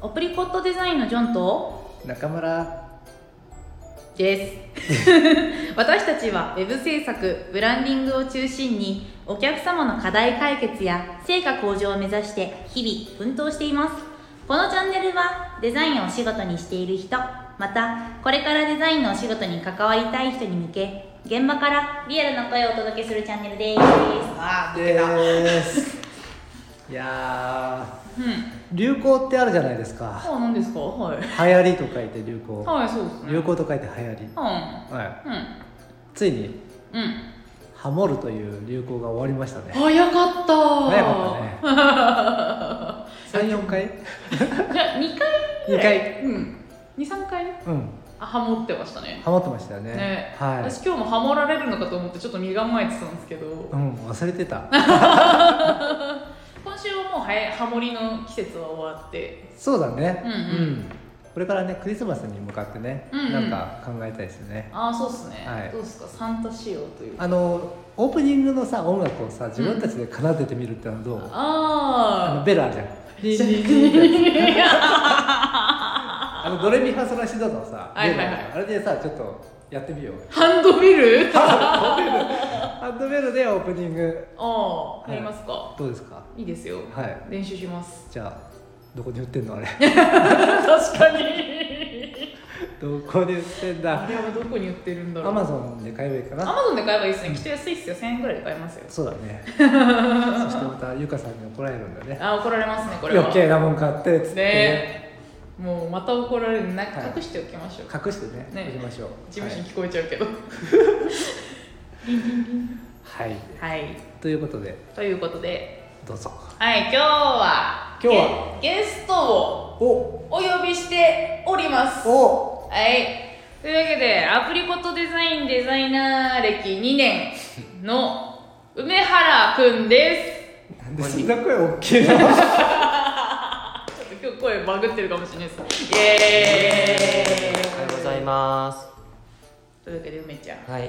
オプリコットデザインのジョンと中村です 私たちはウェブ制作ブランディングを中心にお客様の課題解決や成果向上を目指して日々奮闘していますこのチャンネルはデザインをお仕事にしている人またこれからデザインのお仕事に関わりたい人に向け現場からリアルな声をお届けするチャンネルですあですいやうんー流行ってあるじゃないですかそうなんですかはい流行りと書いて流行、はいそうですね流行と書いて流行り、うんはい、うついにんうんハモるという流行が終わりましたね早かった早かった ね34回じゃあ2回ぐらいうん23回うんあハモってましたねハモってましたよねね、はい私今日もハモられるのかと思ってちょっと身構えてたんですけど、うん忘れ てた今週はもうはやハモりの季節は終わってそうだねうんうんこれからねクリスマスに向かってね、うんうんなんか考えたいですよねああそうっすね、はいどうっすかサンタ仕様というかあのオープニングのさ音楽をさ自分たちで奏でてみるってのはどう、あのあベルある じゃんリンリンリンってやつあのドレミファソラシドのさはいはいはいベルあるじゃんあれでさちょっとやってみようーハンドビルあハンドベルでオープニングあーやりますか、どうですかいいですよはい練習します じゃあどこに売ってんのあれ 確かにどこに売ってんあだれはどこに売ってるんだろアうマゾンで買えばいいかアなマゾンで買えばいいですね。きっと安いっすよ。1000円ぐらいで買えますよ。そうだ ねそしてまたゆかさんに怒られるんだねあ、怒られますね、これは。余計なもん買ってっつって、ねもうまた怒られる。なんかはい隠しておきましょう。隠してねね行きましょう事務所に聞こえちゃうけど。はい、はいはい。ということでということで、どうぞはい、今日は、今日はゲゲストをおお呼びしております。はおい。というわけで、アプリコットデザインデザイナー歴2年の梅原くんです。なんでそんな声大きい のはちょっと今日声バグってるかもしれないです。イエーイ。おはようございます。というわけで梅ちゃんはい。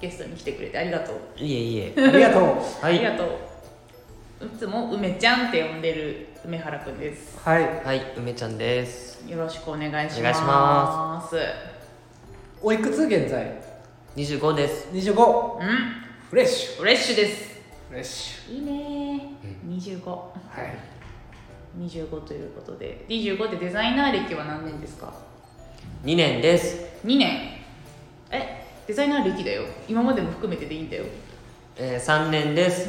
ゲストに来てくれてありがとう。いえいえ。ありがとうはありい。がとう。いつも梅ちゃんって呼んでる梅原くんです。はいはい、梅ちゃんです。よろしくお願いします。お願いしまおいくつ現在二十五です。 25うん、フレッシュフレッシュです。フレッシいいねー。二十五、ュはい二十五ということで、二十五でデザイナー歴は何年ですか？二年です。二年。え、デザイナー歴だよ。今までも含めてでいいんだよ。えー三、年です。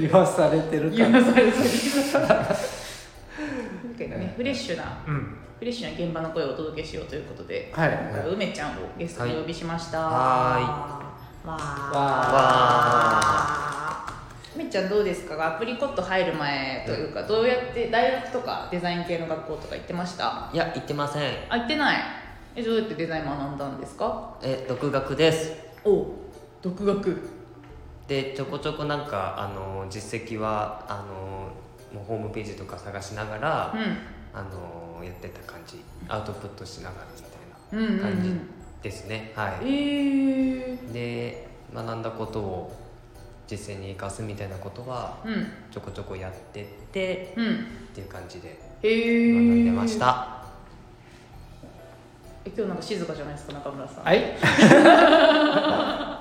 言わされてる言かわされてる。というわけでねフレッシュなうんフレッシュな現場の声をお届けしようということで、はい今回は梅ちゃんをゲストにお呼びしました。はわー梅ちゃんどうですかアプリコット入る前というか、どうやって大学とかデザイン系の学校とか行ってましたいや、言ってません。あ行ってないえどうやってデザイン学んだんですかえー、独学です。お独学で、ちょこちょこなんか、あのー、実績は、あのー、もうホームページとか探しながら。うあのー、やってた感じ。アウトプットしながらみたんうんういんなう感じんですね。えはー、い。で、学んだことを。実践に生かすみたいなことはうんちょこちょこやってってうんっていう感じでへえ学んでました。え今日なんか静かじゃないですか中村さんはい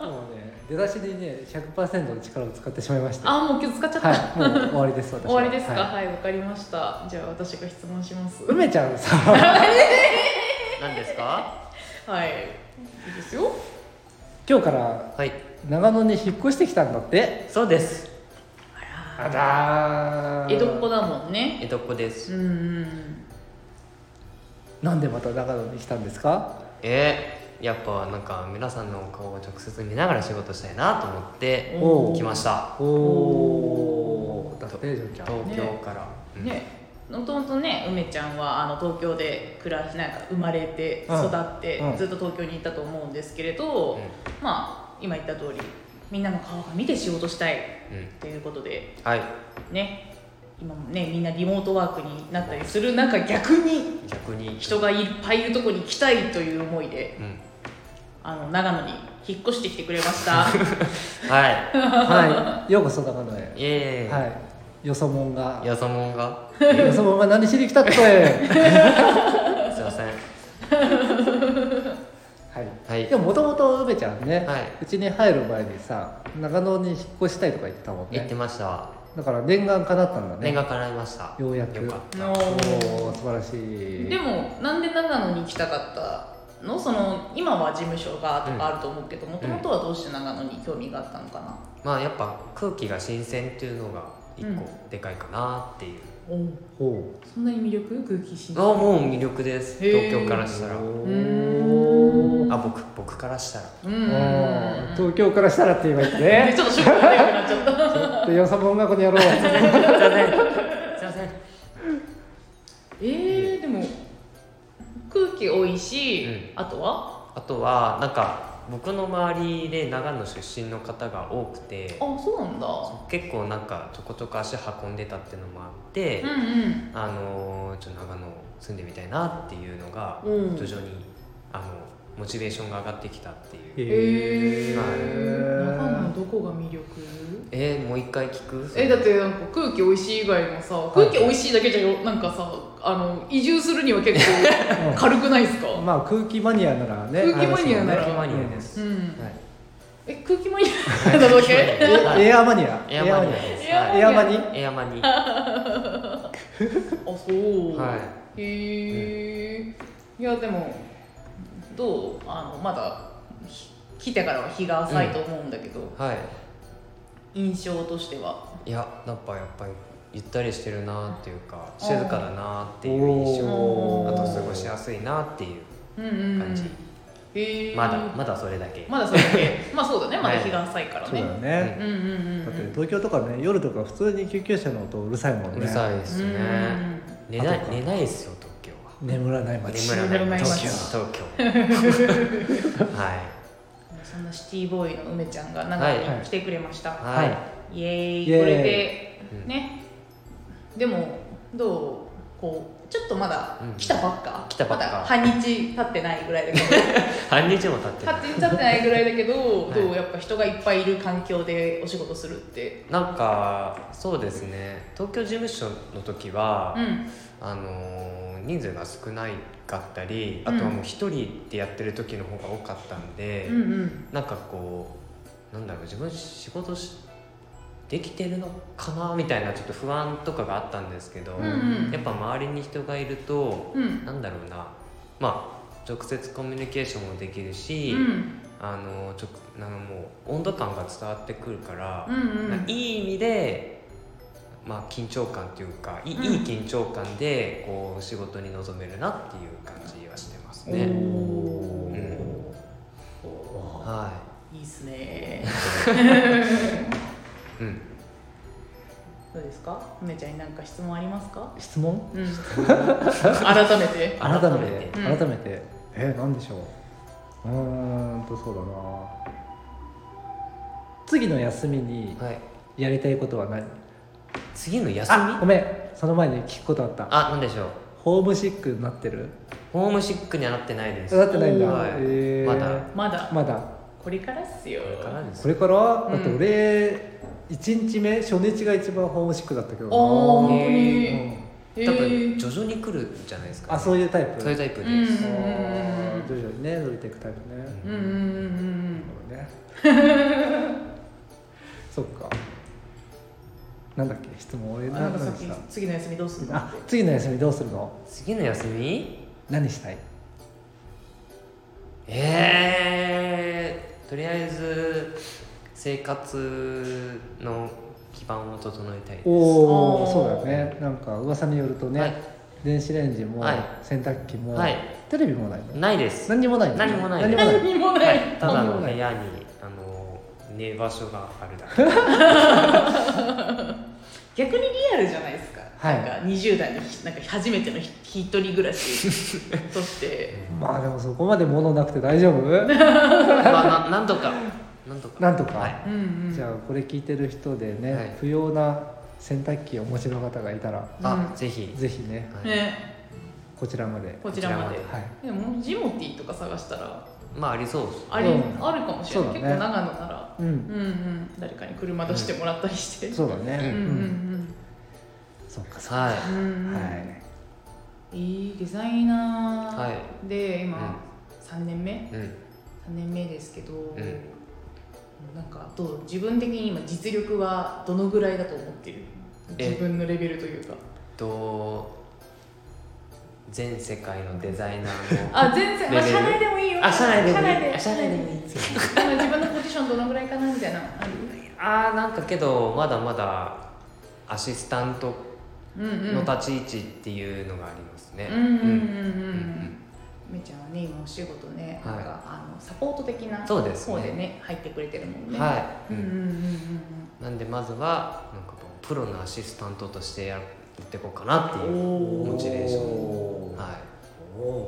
もうね出だしでね100%の力を使ってしまいましたあもう今日使っちゃった、はいもう終わりです私は終わりですかはいはいわ、かりましたじゃあ私が質問します梅ちゃんさ何ですか？はいいいですよ今日からはい。長野に引っ越してきたんだってそうです。あらー江戸っ子だもんね江戸っ子でうす。んうんなんでまた長野に来たんですかえー、やっぱなんか皆さんのお顔を直接見ながら仕事したいなと思っておー来ました。おおだってじょんちゃん東京から。うんねもともとね梅ちゃんはあの東京で暮らしなんか生まれてうん育って、うんずっと東京にいたと思うんですけれど、うんまあ今言った通りみんなの顔が見て仕事したいうんということではい。ね今もねみんなリモートワークになったりする中逆に逆に人。がいっぱいいるとこに来たいという思いでうん。あの長野に引っ越してきてくれましたははいようこそ長野へい。イエーイ。。はいいよそもんがよそもんがよそもんが何しに来 たってはすいませんいはいでももともと梅ちゃんねはいうち、に入る前にさ長野に引っ越したいとか言ってたもん行っねてましただから念願叶ったんだね念が叶いましたようやくよかったおおーお素晴らしいでもなんで長野に来たかったのその今は事務所がとかあると思うけどもともとはどうして長野に興味があったのかな、まあやっぱ空気が新鮮っていうのが一個うでかいかなっていう、おほうそんなに魅力空気新鮮あもう魅力ですへー東京からしたらおーーんあ僕僕からしたらうんあー東京からしたらって言われてね ちょっとショックがなっちゃ ったでよそもんがこの野郎 すいませんすいませんえー、でも空気多いし、うんあとはあとはなんか僕の周りで長野出身の方が多くてあそうなんだ結構なんかちょこちょこ足運んでたっていうのもあって、うんあのーちょっと長野住んでみたいなっていうのがうん徐々に、あのモチベーションが上がってきたっていうえーー、長野どこが魅力えーもう一回聞くえだってなんか空気美味しい以外もさ空気美味しいだけじゃよなんかさあの移住するには結構軽くないですか、まあ空気マニアなら空ね気マニアならあれですもんねマニアです、うんはいえ空気マニアなだけはいエアマニアエアマニアですエアマニエアマニはいエアマニあそう、はへえいやでもどうあのまだひ来てからは日が浅いと思うんだけど、いは印象としてはいいやなんかやっぱりゆったりしてるなっていうか静かだなっていう印象おあーと過ごしやすいなっていううんうん感じ、へえまだまだそれだけ、まだそれだけまあそうだねまだ日が浅いからそうね、だよねうんうんうんだうってん東京とかね夜とか普通に救急車の音うるさいもんねうるさいですね寝なあといか寝ないですよ東京は眠らない街眠らない東東京京東京はいそんなシティボーイの梅ちゃんが長野に来てくれました、はい、はイエーイイエーイこれでうんねでもどうこうちょっとまだうん来たばっか、来たばっかまだ半日経ってないぐらいだ けど半日も経ってない勝手に立ってないぐらいだけど、いどうやっぱ人がいっぱいいる環境でお仕事するってなんかそうですね東京事務所の時は、うんあのー人数が少ないかったりあとはもう一人でやってる時の方が多かったんで、うんうんなんかこうなんだろう自分仕事しできてるのかなみたいなちょっと不安とかがあったんですけど、うんうんやっぱ周りに人がいると、うんなんだろうなまあ直接コミュニケーションもできるし、うんあのちょなんかもう温度感が伝わってくるからう、んうんいい意味で、まあ、緊張感というかいい,、うんいい緊張感でこう仕事に臨めるなっていう感じはしてますいおね。ーうんはいいっす ねいうん、どうですか梅ちゃんに何か質問ありますか質問うん 改めて改改めめててうん改めてえー、何でしょううーんとそうだな次の休みにはい、やりたいことは何次の休みあごあめんその前に聞くことあったなんでしょうホームシックになってるホームシックにはなってないです。なってないんだ、はいえーまだまだまだこれからっすよこれからですこれからうんだって俺、一1日目初日が一番ホームシックだったけどなおー本当にうん多分徐々に来るんじゃないですか、あそういうタイプそういうタイプです。うんあー徐々にね伸びていくタイプね、うんうんうんうんなるほどね そっかなんだっけ質問俺うんあななんんかさっしきた次の休みどうすん のあ次の休みどうするの次の休み何したいえー、とりあえず生活の基盤を整えたいですおあおーそうだよねなんか噂によるとね、はい電子レンジも、はい洗濯機も、はいテレビもないのないです、何にもないの何もない何もない何にもないただの何も部ない屋にあの寝場所があるだ け逆にリアルじゃないですか、はいなんか20代のひなんか初めてのひ一人暮らしとしてまあでもそこまで物なくて大丈夫まあななんとかなんとかなんとか、はいうんうんじゃあこれ聞いてる人でね、はい不要な洗濯機をお持ちの方がいたらあ、うんぜひ、ぜひねはいねこちらまでこちらまでこちはいでもジモティーとか探したらまあありそうですあり、うんあるかもしれない、そう結だね構長野ならううんんうん誰かに車出してもらったりして、そうだねうん、うんうんそうかそうはういかんはいいいデザイナはーで今3年目うん3年目ですけど、んなんかどう自分的に今実力はどのぐらいだと思ってるえ自分のレベルというかと全世界のデザイナーのあ全 然、まあ、レベル社内でもいいよあ社内でもいい社あ社内内ででももいいいい今自分のポジションどのぐらいかなみたいなあるあーなんかけどまだまだアシスタントうんうんの立ち位置っていうのがありますねうんうんうんうんうんうんめいちゃんはね今お仕事ね、はいなんかあのサポート的なそうですね方でね入ってくれてるもんねはい、うんうんうんなんでまずはなんかこうプロのアシスタントとしてやっていこうかなっていうおーモチベーションおーはいおー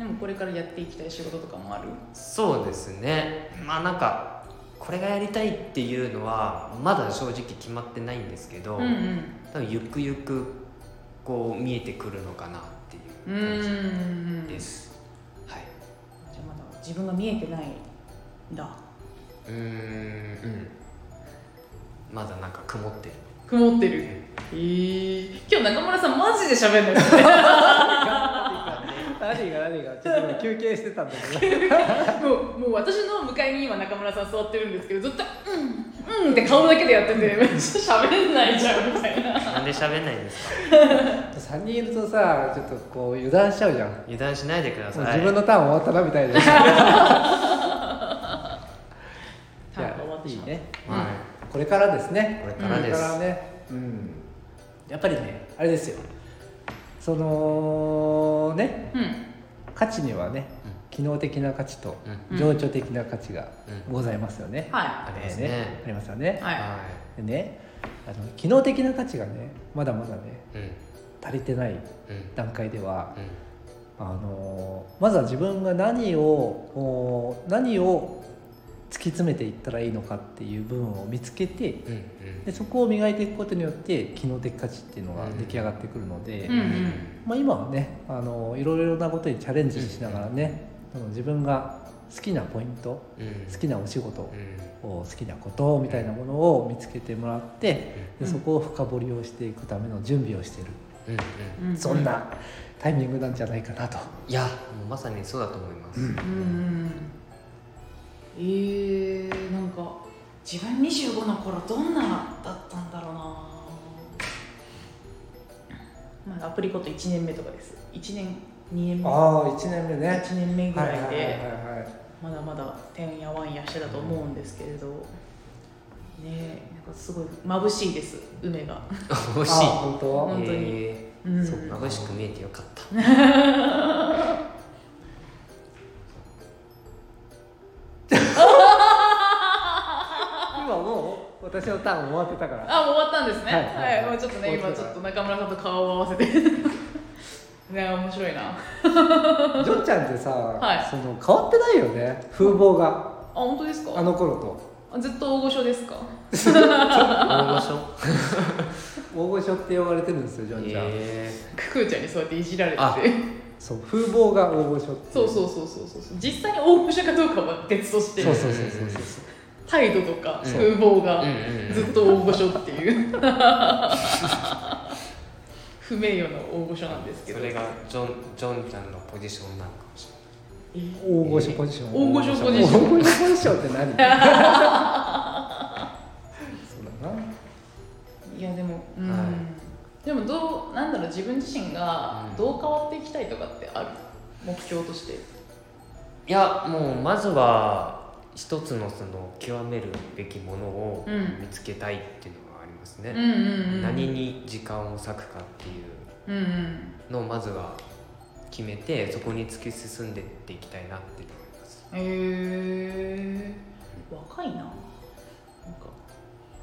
うんでもこれからやっていきたい仕事とかもあるそうですねまあなんかこれがやりたいっていうのはまだ正直決まってないんですけど、うんうん多分ゆくゆくこう見えてくるのかなってういんうんうう感んじじゃです、はいあまだ自分が見えてないんだうーんうんまだなんか曇ってる曇ってるへえ今日中村さんマジで喋んない何が何がちょっと今休憩してたんだけどもうもう私の向かいに今中村さん座ってるんですけどずっと「うんうん」って顔だけでやっててめっちゃ喋んないじゃんみたいななんで喋んないんですか3人いるとさちょっとこう油断しちゃうじゃんも油断しないでくだうさい自分のターン終わったなみたいなターンが終わってしまういやいいねはこれからですねこれからでこれすからねうんやっぱりねあれですよそのねうん価値にはねうん機能的な価値とい、うんうん情緒的な価値がうんございますよね、はありえますーねねありますよねいははでねあの機能的な価値がねまだまだねいうん足りてないうん段階ではうんあのまずは自分が何をおー何を突き詰めていったらいいのかっていう部分を見つけてうんでそこを磨いていくことによって機能的価値っていうのが出来上がってくるので、ううんんうんまあ、今はねあのいろいろなことにチャレンジしながらね、その自分が好きなポイントうん好きなお仕事うん好きなことみたいなものを見つけてもらってうでんそこを深掘りをしていくための準備をしている、うんうんい、うん、そんなタイミングなんじゃないかなと。いやもうまさにそうだと思います、ううんんうんえー、なんか自分25の頃どんなだったんだろうなまだアプリコット1年目とかです1年2年目ああ1年目ね1年目ぐらいで、はいはいまだまだてんやわんやしてたと思うんですけれど、ねえなんかすごい眩しいです梅が、美味しいあ本当本当にえうん、ーそう眩しく見えてよかった今もう私のターン終わってたからあもう終わったんですねははいい、はいはいもうちょっとね終わ今ってちたょっと中村さんと顔を合わせて ね面白いなあジョンちゃんってさ、はいその変わってないよね風貌が本当ですかあの頃とあずっと大御所ですか大御所大御所って呼ばれてるんですよジョンちゃん、えククーちゃんにそうやっていじられててあそう風貌が大御所っていそうそうそうそうそう実際に大御所かどうかは別としてそうそうそうそうそうそ態度とかうん風貌がうんうんうんずっと大御所っていう不名誉な大御所なんですけーどそれがジョンジョンちゃんのポジションなのかもしえーう大御所ポジショ大ン御所ポジション大御所ポジションって何そうだないやでもうん、はでもどうなんだろう自分自身がうんどう変わっていきたいとかってある目標としてれないいやもうまずは一つのその極めるべきものをうん見つけたいっていうのがありますうね、んうんうん何に時間を割くかっていううんうんのをまずは決めてそこに突き進んでっていきたいなって思いますへえー、若いななんか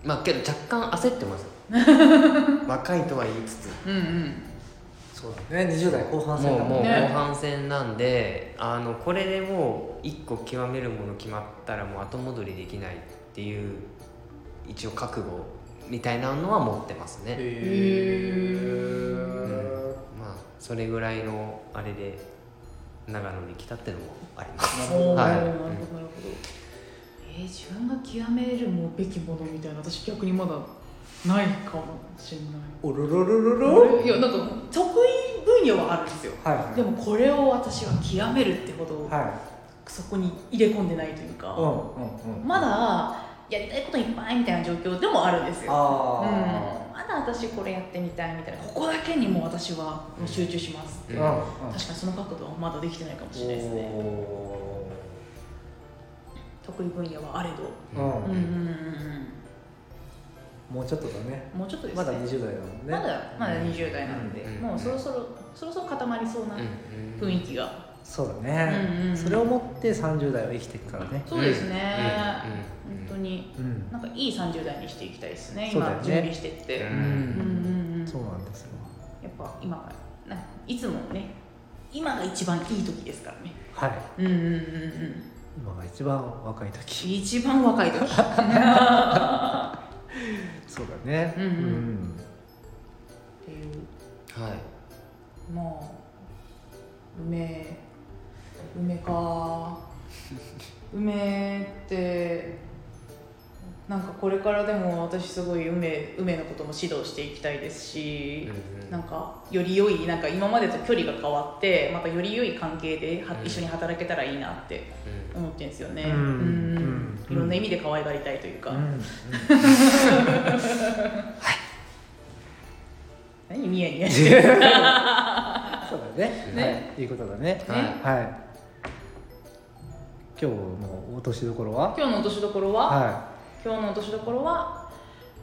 まあけど若干焦ってます 若いとは言いつつうんうんそうだね20代後半も戦うだももうん後ね半戦なんで、あのこれでもう一個極めるもの決まったらもう後戻りできないっていう一応覚悟みたいなのは持ってますね、へまあそれぐらいのあれで長野に来たってのもありますなるほおーどねはいなるほどなるほどえー、自分が極めるもべきものみたいな私逆にまだないかもしれなおろろろろいころれいやなんか得意分野はあるんですよはいはいでもこれを私は極めるってほどはいそこに入れ込んでないというか、うんうんうんまだやりたいこといっぱいみたいな状況でもあるんですようん、あまだ私これやってみたいみたいなここだけにもう私はもう集中します、ーううんんうん確かにその角度はまだできてないかもしれないですねお得意分野はあれどーうんうんうんうんもうちょっとだねうんもうちょっとですまねだ20代だもんねまだまだ20代なんで、うんもうそろそろそろそろ固まりそうなうん雰囲気が、そうだうんね、うんうんそれを持って30代は生きていくからねそうですね、うんうんうん本当にうんなんかいい30代にしていきたいですねそう今だよね準備してって、ううんうんんうんそうなんですよやっぱ今がないつもね今が一番いい時ですからねはいうんうんうんうん今が一番若い時一番若い時そうだねうんうんんっていうはいまあ梅梅 か梅ってなんかこれからでも私すごい梅梅のことも指導していきたいですし、なんかより良いなんか今までと距離が変わってまたより良い関係ではうん一緒に働けたらいいなって思ってるんですよね、うんうんうんいろんな意味で可愛がりたいというか、うんうん何ニヤニヤして そうだねねはいいいことだねねはいはい今日の落としどころは今日の落としどころは、は今日の落としどころは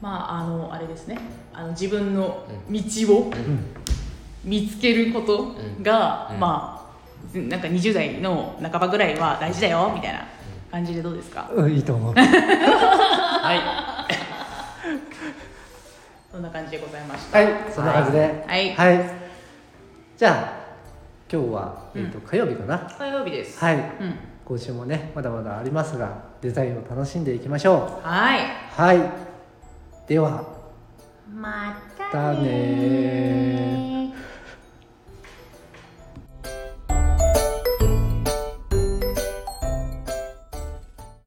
まああのあれですねあの自分のう道をいうん見つけることが、うんまあなんか20代の半ばぐらいは大事だよみたいな感じでどうですかうんいいと 思うはそんな感じでございましたはいそんな感じではい、はいじゃあ今日はえっとう火曜日かな火曜日ですはいうん今週もねまだまだありますがデザインを楽しんでいきましょはいうはいではままたねー